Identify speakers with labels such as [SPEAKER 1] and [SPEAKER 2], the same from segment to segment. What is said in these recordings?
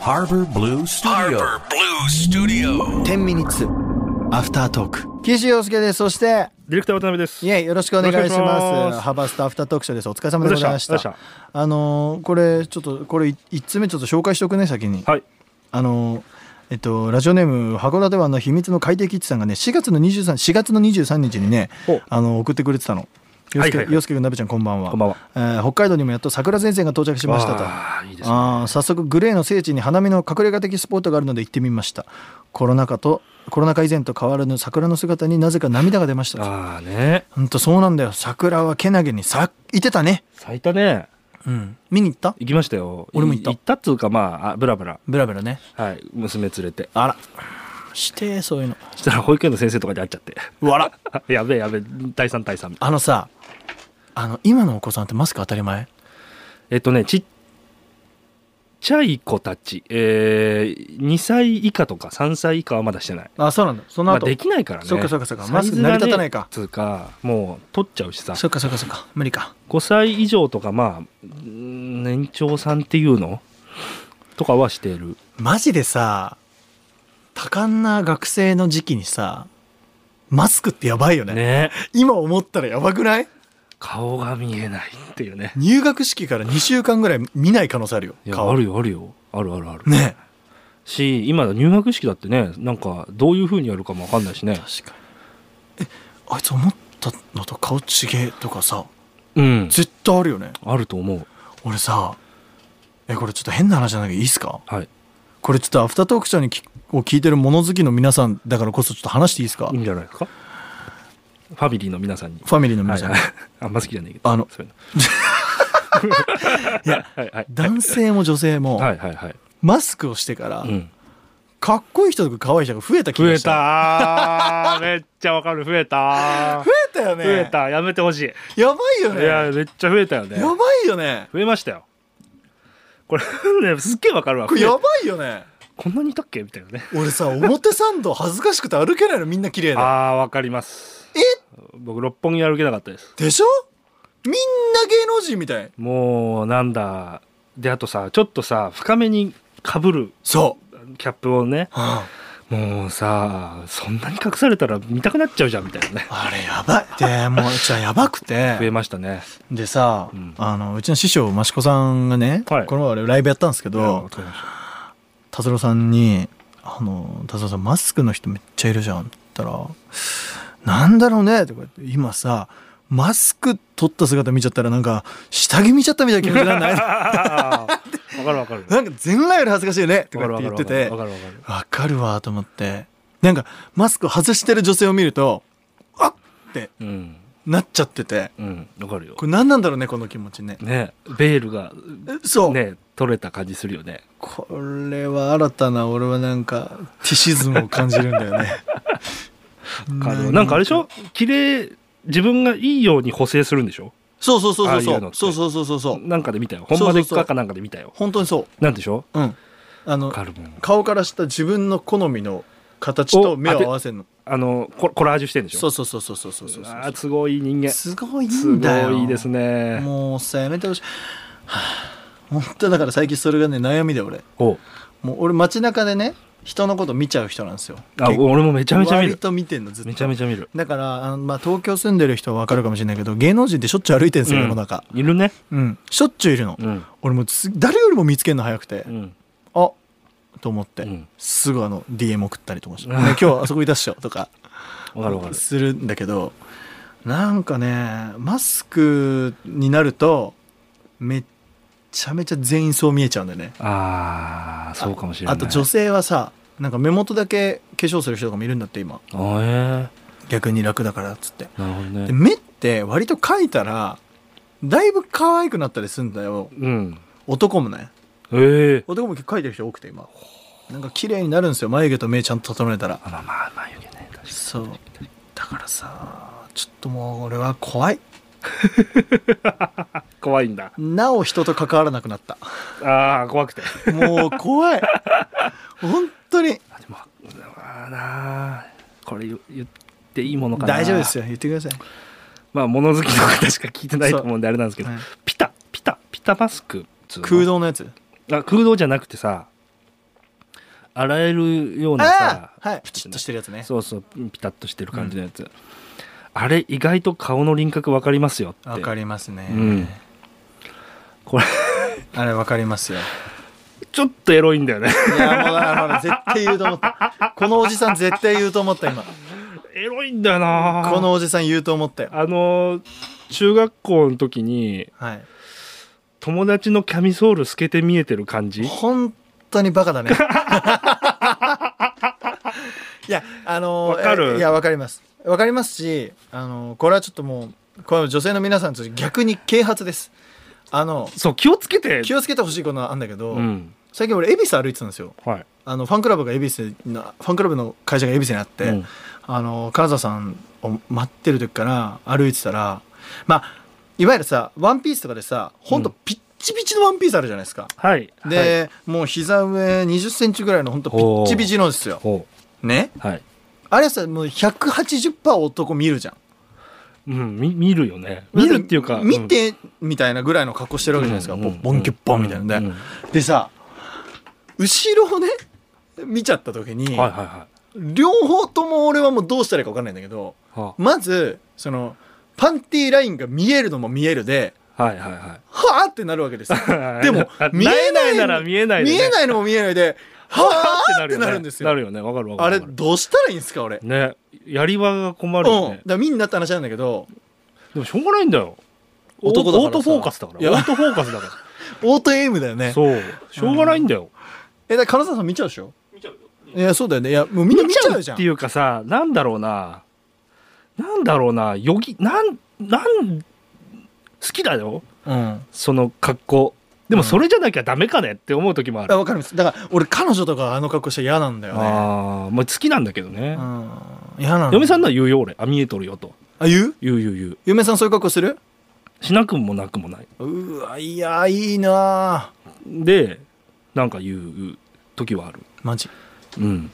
[SPEAKER 1] Harbor Blue Studio.
[SPEAKER 2] Harbor Blue Studio.
[SPEAKER 3] 10ミニッツアフタートーク岸洋介ですそして
[SPEAKER 4] ディレクター渡辺です
[SPEAKER 3] イエイよろしくお願いします
[SPEAKER 4] よろしくお願いします
[SPEAKER 3] ハバスタアフタートークショーですお疲れ様でございました
[SPEAKER 4] お疲れ様でし
[SPEAKER 3] あのーこれちょっとこれい一つ目ちょっと紹介しておくね先に、
[SPEAKER 4] はい
[SPEAKER 3] あのーえっと、ラジオネーム函館湾の秘密の海底キッズさんがね4月の23 4月の23日にね
[SPEAKER 4] お
[SPEAKER 3] あの送ってくれてたの洋
[SPEAKER 4] はい
[SPEAKER 3] 介,、
[SPEAKER 4] はいはい
[SPEAKER 3] 洋介君なべちゃんこんばんは
[SPEAKER 4] こんばんは
[SPEAKER 3] えー北海道にもやっと桜前線が到着しましたと
[SPEAKER 4] あーいいですね
[SPEAKER 3] あー早速グレーの聖地に花見の隠れ家的スポットがあるので行ってみましたコロナ禍とコロナ禍以前と変わらぬ桜の姿になぜか涙が出ました
[SPEAKER 4] ああね
[SPEAKER 3] ほんとそうなんだよ桜はけなげに咲いてたね
[SPEAKER 4] 咲いたね
[SPEAKER 3] うん見に行った
[SPEAKER 4] 行きましたよ
[SPEAKER 3] 俺も行った
[SPEAKER 4] い行ったっつうかまああブラブラ
[SPEAKER 3] ブラブラね
[SPEAKER 4] はい娘連れて
[SPEAKER 3] あらしてそういうの
[SPEAKER 4] したら保育園の先生とかに会っちゃって
[SPEAKER 3] わら
[SPEAKER 4] やべえやべえ第三第三
[SPEAKER 3] あのさあの今のお子さんってマスク当たり前
[SPEAKER 4] えっとねちっちゃい子たちえー、2歳以下とか3歳以下はまだしてない
[SPEAKER 3] あそうなんだその
[SPEAKER 4] まあ、
[SPEAKER 3] 後、
[SPEAKER 4] できないからね
[SPEAKER 3] そうかそうかそうか
[SPEAKER 4] サイズが
[SPEAKER 3] マスク成り立たないか
[SPEAKER 4] ねつうかもう取っちゃうしさ
[SPEAKER 3] そっかそっかそっか無理か
[SPEAKER 4] 5歳以上とかまあうーん年長さんっていうのとかはしてる
[SPEAKER 3] マジでさ多感な学生の時期にさマスクってやばいよね
[SPEAKER 4] ね
[SPEAKER 3] 今思ったらやばくない
[SPEAKER 4] 顔が見えないっていうね
[SPEAKER 3] 入学式から2週間ぐらい見ない可能性あるよ
[SPEAKER 4] いや
[SPEAKER 3] 顔
[SPEAKER 4] あるよあるよあるあるある、
[SPEAKER 3] ね
[SPEAKER 4] し今の入学式だってねなんかどういうふうにやるかもわかんないしね
[SPEAKER 3] 確かにえあいつ思ったのと顔ちげえとかさ
[SPEAKER 4] うん
[SPEAKER 3] 絶対あるよね
[SPEAKER 4] あると思う
[SPEAKER 3] 俺さえこれちょっと変な話なんだけどいいっすか
[SPEAKER 4] はい
[SPEAKER 3] これちょっとアフタートークショーにきを聞いてる物好きの皆さんだからこそちょっと話していいですか、
[SPEAKER 4] いい
[SPEAKER 3] フ
[SPEAKER 4] んじゃないですかファミリーの皆さんに
[SPEAKER 3] ァミリーの皆さん、
[SPEAKER 4] はいはい あんま好きじゃないけど
[SPEAKER 3] あの
[SPEAKER 4] そういう
[SPEAKER 3] いや
[SPEAKER 4] のはいはい
[SPEAKER 3] 男性も女性も、
[SPEAKER 4] はいはいはい
[SPEAKER 3] マスクをしてから、
[SPEAKER 4] うん
[SPEAKER 3] かっこいい人とか可愛い人が増えた気
[SPEAKER 4] 増
[SPEAKER 3] が
[SPEAKER 4] え
[SPEAKER 3] した
[SPEAKER 4] たーめっちゃわかる増えたー
[SPEAKER 3] 増えたよね
[SPEAKER 4] 増えたやめてほしい
[SPEAKER 3] やばいよ
[SPEAKER 4] い
[SPEAKER 3] ね
[SPEAKER 4] やめっちゃ増えたよね
[SPEAKER 3] やばいよね
[SPEAKER 4] 増えましたよこれ ねすっげえわかるわ
[SPEAKER 3] これや
[SPEAKER 4] 増
[SPEAKER 3] ば
[SPEAKER 4] え
[SPEAKER 3] いよね
[SPEAKER 4] こんなにいたっけみたいなね
[SPEAKER 3] 俺さ表参道恥ずかしくて歩けないのみんな綺麗だ
[SPEAKER 4] あーわかります
[SPEAKER 3] え
[SPEAKER 4] 僕六本木歩けなかったです
[SPEAKER 3] でしょみんな芸能人みたい
[SPEAKER 4] もうなんだであとさちょっとさ深めにかぶる
[SPEAKER 3] そう、
[SPEAKER 4] キャップをね
[SPEAKER 3] はあ
[SPEAKER 4] もうさそんなに隠されたら見たくなっちゃうじゃんみたい なね
[SPEAKER 3] あれやばいでもうじゃあやばく
[SPEAKER 4] 増え
[SPEAKER 3] て
[SPEAKER 4] ましたね
[SPEAKER 3] でさ、
[SPEAKER 4] うん
[SPEAKER 3] あのうちの師匠益子さんがね、
[SPEAKER 4] はい
[SPEAKER 3] この前俺ライブやったんですけ
[SPEAKER 4] いやわ
[SPEAKER 3] ど
[SPEAKER 4] かりました
[SPEAKER 3] 達郎さんに「あの達郎さんマスクの人めっちゃいるじゃん」って言ったら「なんだろうね」とか言って今さマスク取った姿見ちゃったらなんか下着見ちゃったみたいな気持ちになん ない
[SPEAKER 4] あーわかるわかる
[SPEAKER 3] なんか全裸より恥ずかしいよねと
[SPEAKER 4] わ
[SPEAKER 3] か
[SPEAKER 4] かる
[SPEAKER 3] っ
[SPEAKER 4] わ
[SPEAKER 3] て
[SPEAKER 4] か
[SPEAKER 3] 言
[SPEAKER 4] る
[SPEAKER 3] ってて
[SPEAKER 4] わかるわかる
[SPEAKER 3] わかるわと思ってなんかマスク外してる女性を見るとあっって
[SPEAKER 4] うん
[SPEAKER 3] なっちゃってて
[SPEAKER 4] うんわかるよ
[SPEAKER 3] これ何なんだろうねこの気持ちね
[SPEAKER 4] ねベールが
[SPEAKER 3] えそう、
[SPEAKER 4] ね取れた感じするよね
[SPEAKER 3] これは新たな俺はなんかティシズムを感じるんだ よね
[SPEAKER 4] あのなんかあれでしょ綺麗自分がいいように補正するんでしょ
[SPEAKER 3] そうそうそうそうそ
[SPEAKER 4] ああいう
[SPEAKER 3] う
[SPEAKER 4] のって
[SPEAKER 3] そうそうそうそうそう
[SPEAKER 4] なんかで見たよ
[SPEAKER 3] そう
[SPEAKER 4] 本
[SPEAKER 3] そうそう
[SPEAKER 4] 場でっかかなんかで見たよ
[SPEAKER 3] 本当にそ
[SPEAKER 4] なんでしょ
[SPEAKER 3] ううんあの
[SPEAKER 4] わかるもん
[SPEAKER 3] 顔からした自分の好みの形と目を合わせるの
[SPEAKER 4] あのココラージュしてんでしょ
[SPEAKER 3] そうそうそうそうそうそうそう
[SPEAKER 4] あーすごい人間す
[SPEAKER 3] すごいんだよ
[SPEAKER 4] ごいですね
[SPEAKER 3] もうさやめてほしいはぁ本当だから最近それがね悩みで俺
[SPEAKER 4] お
[SPEAKER 3] もう俺街中でね人のこと見ちゃう人なんですよ
[SPEAKER 4] あ
[SPEAKER 3] 結構
[SPEAKER 4] 俺もめちゃめちゃ見
[SPEAKER 3] 割
[SPEAKER 4] る
[SPEAKER 3] と見てんのずっと
[SPEAKER 4] めちゃめちゃ見る
[SPEAKER 3] だからあの、まあ、東京住んでる人は分かるかもしれないけど芸能人ってしょっちゅう歩いてるんですよ世の中、
[SPEAKER 4] いるね
[SPEAKER 3] うん、しょっちゅういるの、
[SPEAKER 4] うん
[SPEAKER 3] 俺もうす誰よりも見つけるの早くて、
[SPEAKER 4] うん
[SPEAKER 3] あと思って、
[SPEAKER 4] うん
[SPEAKER 3] すぐあの DM 送ったりと かして「ね、今日はあそこいたっしょ」とか
[SPEAKER 4] わかるわかる
[SPEAKER 3] するんだけどなんかねマスクになるとめちゃめちゃ全員そう見えちゃうんだよね
[SPEAKER 4] ああそうかもしれない
[SPEAKER 3] あと女
[SPEAKER 4] 性
[SPEAKER 3] 性はさなんか目元だけ化粧する人とかもいるんだって今
[SPEAKER 4] あー
[SPEAKER 3] 逆に楽だからっつって
[SPEAKER 4] えーなるほ
[SPEAKER 3] で
[SPEAKER 4] どね
[SPEAKER 3] 目って割と描いたらだいぶ可愛くなったりするんだよ
[SPEAKER 4] うん
[SPEAKER 3] 男もね
[SPEAKER 4] ええ
[SPEAKER 3] 男も結構描いてる人多くて今なんか綺麗になるんですよ眉毛と目ちゃんと整えたら
[SPEAKER 4] あまあまあ眉毛ね確かに
[SPEAKER 3] そうだからさちょっともう俺は怖い
[SPEAKER 4] 怖いんだ
[SPEAKER 3] なお人と関わらなくなった
[SPEAKER 4] ああ怖くて
[SPEAKER 3] もう怖い本当に
[SPEAKER 4] でもまあなあこれ言言っていいものかな
[SPEAKER 3] 大丈夫です
[SPEAKER 4] よ
[SPEAKER 3] よ言ってください
[SPEAKER 4] まあ物好きの方しか聞いてないと思うんであれなんですけど、
[SPEAKER 3] はい
[SPEAKER 4] ピタピタピタマスクっつうの
[SPEAKER 3] 空洞のやつ
[SPEAKER 4] あ空洞じゃなくてさ洗えるような
[SPEAKER 3] あ
[SPEAKER 4] さ
[SPEAKER 3] あはいプチッとしてるやつね
[SPEAKER 4] そうそうピタッとしてる感じのやつ、あれ意外と顔の輪郭わかりますよって
[SPEAKER 3] わかりますね、
[SPEAKER 4] うんこれ
[SPEAKER 3] あれわかりますよ
[SPEAKER 4] ちょっとエロいんだよね
[SPEAKER 3] いやもうだからほら絶対言うと思ったこのおじさん絶対言うと思った今
[SPEAKER 4] エロいんだよな
[SPEAKER 3] このおじさん言うと思ったよ
[SPEAKER 4] あの中学校の時に
[SPEAKER 3] はい
[SPEAKER 4] 友達のキャミソール透けて見えてる感じ
[SPEAKER 3] 本当にバカだねいやあの
[SPEAKER 4] わかる
[SPEAKER 3] えいやわかりますわかりますしあのこれはちょっともうこれは女性の皆さんと逆に啓発ですあの
[SPEAKER 4] そう気をつけて
[SPEAKER 3] 気をつけてほしいことなんだけど、
[SPEAKER 4] うん
[SPEAKER 3] 最近俺恵比寿歩いてたんですよ
[SPEAKER 4] はい
[SPEAKER 3] あのファンクラブが恵比寿なファンクラブの会社が恵比寿にあって、
[SPEAKER 4] うん
[SPEAKER 3] あの金沢さんを待ってる時から歩いてたらまあいわゆるさワンピースとかでさほんと
[SPEAKER 4] うん
[SPEAKER 3] ピッチピチのワンピースあるじゃないですか、
[SPEAKER 4] はいはい
[SPEAKER 3] で、もう膝上20センチぐらいの本当ピッチピチのですよ。
[SPEAKER 4] ほ
[SPEAKER 3] ね
[SPEAKER 4] うはい
[SPEAKER 3] あれさ、もう180%男見るじゃん。
[SPEAKER 4] うんみ見るよね見るっていうか
[SPEAKER 3] 見て、みたいなぐらいの格好してるわけじゃないですか。
[SPEAKER 4] うん
[SPEAKER 3] ボボンキュッボンみたいなんで、
[SPEAKER 4] うんうん
[SPEAKER 3] でさ、後ろをね、見ちゃった時
[SPEAKER 4] う
[SPEAKER 3] に、
[SPEAKER 4] んはいはいは
[SPEAKER 3] 両方とも俺はもうどうしたらいいか分かんないんだけど、
[SPEAKER 4] いは
[SPEAKER 3] まず、その、パンティーラインが見えるのも見えるで、
[SPEAKER 4] あはいはいはい
[SPEAKER 3] はあってなるわけ ですよ。でも
[SPEAKER 4] あ、
[SPEAKER 3] 見え
[SPEAKER 4] な
[SPEAKER 3] ないい
[SPEAKER 4] なら見えないでね
[SPEAKER 3] 見えないのも見えないで、はあっ
[SPEAKER 4] よ
[SPEAKER 3] て
[SPEAKER 4] ね
[SPEAKER 3] なるんですよ
[SPEAKER 4] な。るよねわかるわか
[SPEAKER 3] あ
[SPEAKER 4] る
[SPEAKER 3] れ
[SPEAKER 4] わかる
[SPEAKER 3] どうしたらいいんですか俺。
[SPEAKER 4] ねやり場が困る
[SPEAKER 3] うん
[SPEAKER 4] よ
[SPEAKER 3] だ
[SPEAKER 4] ね
[SPEAKER 3] からみんなって話なんだけど
[SPEAKER 4] でもしょうがないんだよオー
[SPEAKER 3] 男だからさ
[SPEAKER 4] オートフォーカスだか
[SPEAKER 3] いや
[SPEAKER 4] らオートフォーカスだか
[SPEAKER 3] オートエイムだよね
[SPEAKER 4] らそうしょうがないんだよ
[SPEAKER 3] えだから金沢さん見ちゃうでしょ見ちゃういやそうだよねいやもうみんな見ちゃうじゃん
[SPEAKER 4] っていうかさなんだろうななんだろうなよぎなんなん好きだよ
[SPEAKER 3] うん
[SPEAKER 4] その格好でもそれじゃなきゃダメかねって思う時もある、
[SPEAKER 3] あわかりますだから俺彼女とかあの格好したら嫌なんだよね
[SPEAKER 4] ああまあ好きなんだけどね、
[SPEAKER 3] うん嫌なの
[SPEAKER 4] 嫁さんのは言うよ俺あ見えとるよと
[SPEAKER 3] あ言う
[SPEAKER 4] 言う言う言う
[SPEAKER 3] 嫁さんそういう格好する
[SPEAKER 4] しなくもなくもないう
[SPEAKER 3] わいやいいなぁ
[SPEAKER 4] でなんか言う時はある
[SPEAKER 3] マジ
[SPEAKER 4] うん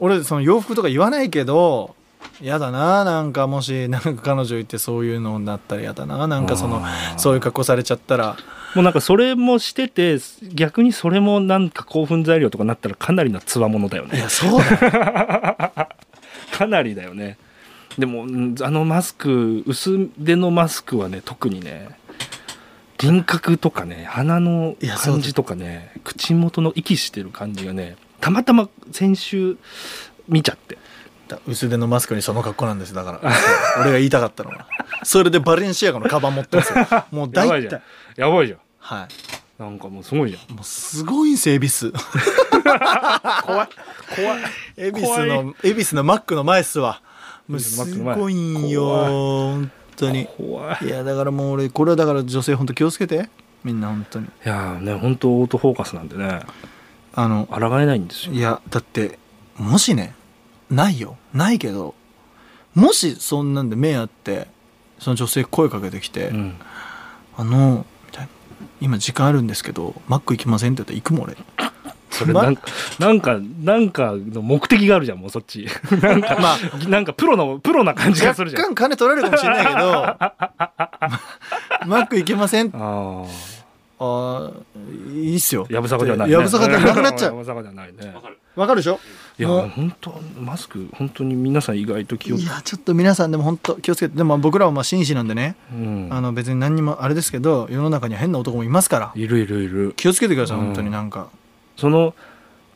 [SPEAKER 3] 俺その洋服とか言わないけど嫌だなぁなんかもしなんか彼女いてそういうのになったら嫌だなぁなんかその
[SPEAKER 4] あー
[SPEAKER 3] そういう格好されちゃったら
[SPEAKER 4] もうなんかそれもしてて逆にそれもなんか興奮材料とかなったらかなりなつわものだよ
[SPEAKER 3] い
[SPEAKER 4] ね
[SPEAKER 3] やそうだよ
[SPEAKER 4] かなりだよねでもうんあのマスク薄手のマスクはね特にね輪郭とかね鼻の
[SPEAKER 3] いやそう
[SPEAKER 4] 感じとかね口元の息してる感じがねたまたま先週見ちゃって
[SPEAKER 3] だ薄手のマスクにその格好なんですだからそう俺が言いたかったのはそれでバレンシアガのカバン持って ますよもう
[SPEAKER 4] や
[SPEAKER 3] 大
[SPEAKER 4] ばいじゃ
[SPEAKER 3] 体
[SPEAKER 4] んやばいじゃん
[SPEAKER 3] は
[SPEAKER 4] なんかもうすごいじゃん
[SPEAKER 3] いもうすごいんです恵比 寿
[SPEAKER 4] 怖い怖い
[SPEAKER 3] 恵比寿の恵比寿のマックの前っすわもう
[SPEAKER 4] マッ
[SPEAKER 3] す
[SPEAKER 4] クの前
[SPEAKER 3] ごいんよ
[SPEAKER 4] 怖い
[SPEAKER 3] 本当に
[SPEAKER 4] 怖い
[SPEAKER 3] いやだからもう俺これはだから女性本当気をつけてみんな本当に
[SPEAKER 4] いやーね本当オートフォーカスなんでね
[SPEAKER 3] あの
[SPEAKER 4] 抗えないんですよ
[SPEAKER 3] いやだってもしねないよないけどもしそんなんで目あってその女性声かけてきて、
[SPEAKER 4] うん
[SPEAKER 3] あの、みたいな。今時間あるんですけど、マック行きませんって言ったら行くもん俺。
[SPEAKER 4] それなんか、なんか、なんかの目的があるじゃん、もうそっ ち。なんか、
[SPEAKER 3] まあ
[SPEAKER 4] なんかプロの、プロな感じがす
[SPEAKER 3] 若
[SPEAKER 4] るじゃ
[SPEAKER 3] 干
[SPEAKER 4] ん。
[SPEAKER 3] 金取られるかもしれないけ ど、マック行けません。あ
[SPEAKER 4] あ
[SPEAKER 3] あー、いいっすよ
[SPEAKER 4] あ、。やぶさかではない、ね。
[SPEAKER 3] やぶさかではなくなっちゃう
[SPEAKER 4] や ぶさかではないね。
[SPEAKER 3] わかるでしょ
[SPEAKER 4] いや、
[SPEAKER 3] もう
[SPEAKER 4] 本当マスク、本当に皆さん意外と気を
[SPEAKER 3] い。や、ちょっと皆さんでも本当気をつけて、でも僕らはまあ紳士なんでね、
[SPEAKER 4] うん
[SPEAKER 3] あの別に何にもあれですけど、世の中には変な男もいますから、
[SPEAKER 4] いるいるいる。
[SPEAKER 3] 気をつけてください、
[SPEAKER 4] うん
[SPEAKER 3] 本当になんか。
[SPEAKER 4] その、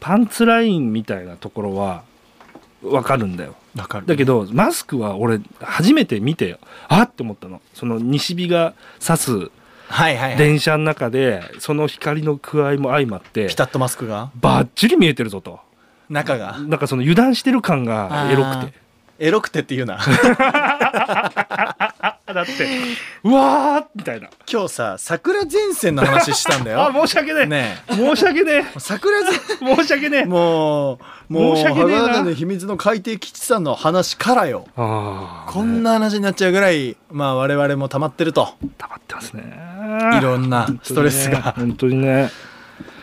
[SPEAKER 4] パンツラインみたいなところは、わかるんだよ。
[SPEAKER 3] わかる。
[SPEAKER 4] だけ
[SPEAKER 3] ど、
[SPEAKER 4] ど、マスクは俺、初めて見て、あって思ったの。その、西日が差す
[SPEAKER 3] はいはい、はい。
[SPEAKER 4] 電車の中で、その光の具合も相まって、
[SPEAKER 3] ピタッとマスクが、
[SPEAKER 4] バッチリ見えてるぞと。
[SPEAKER 3] 中が。
[SPEAKER 4] なんかその油断してる感がエロくて。
[SPEAKER 3] エロくてって言うな。
[SPEAKER 4] あだって、うわーみたいな。
[SPEAKER 3] 今日さ、桜前線の話したんだよ。
[SPEAKER 4] あ、申し訳ね
[SPEAKER 3] ね
[SPEAKER 4] え。申し訳ね
[SPEAKER 3] え。桜前
[SPEAKER 4] え。申し訳ねえ。
[SPEAKER 3] もう、もう、
[SPEAKER 4] 申し訳ねえな
[SPEAKER 3] 花田の秘密の海底基地さんの話からよ。
[SPEAKER 4] ああ。
[SPEAKER 3] こん
[SPEAKER 4] な。
[SPEAKER 3] な話になっちゃうぐらい、まあ我々も溜まってると。
[SPEAKER 4] 溜まってますね。
[SPEAKER 3] いろんなストレスが。
[SPEAKER 4] 本当にね。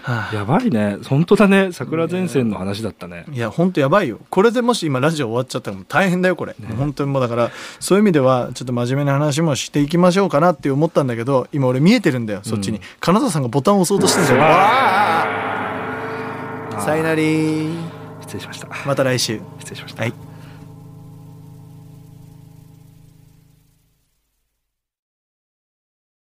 [SPEAKER 3] はあ
[SPEAKER 4] やばいね。本当だね。桜前線の話だったね。
[SPEAKER 3] いや、ほんとやばいよ。これでもし今ラジオ終わっちゃったらもう大変だよ、これ。本当にもうだから、そういう意味では、ちょっと真面目な話もしていきましょうかなって思ったんだけど、今俺見えてるんだよ、そっちに。金沢さんがボタンを押そうとしてるんだよ。わあ
[SPEAKER 4] あさよなら
[SPEAKER 3] 失礼しました
[SPEAKER 4] また来週
[SPEAKER 3] 失礼しました
[SPEAKER 4] はい